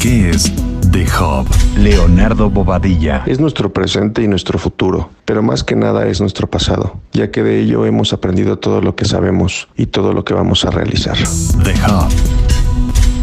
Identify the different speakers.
Speaker 1: ¿Qué es The Hub? Leonardo Bobadilla.
Speaker 2: Es nuestro presente y nuestro futuro, pero más que nada es nuestro pasado, ya que de ello hemos aprendido todo lo que sabemos y todo lo que vamos a realizar.
Speaker 1: The Hub.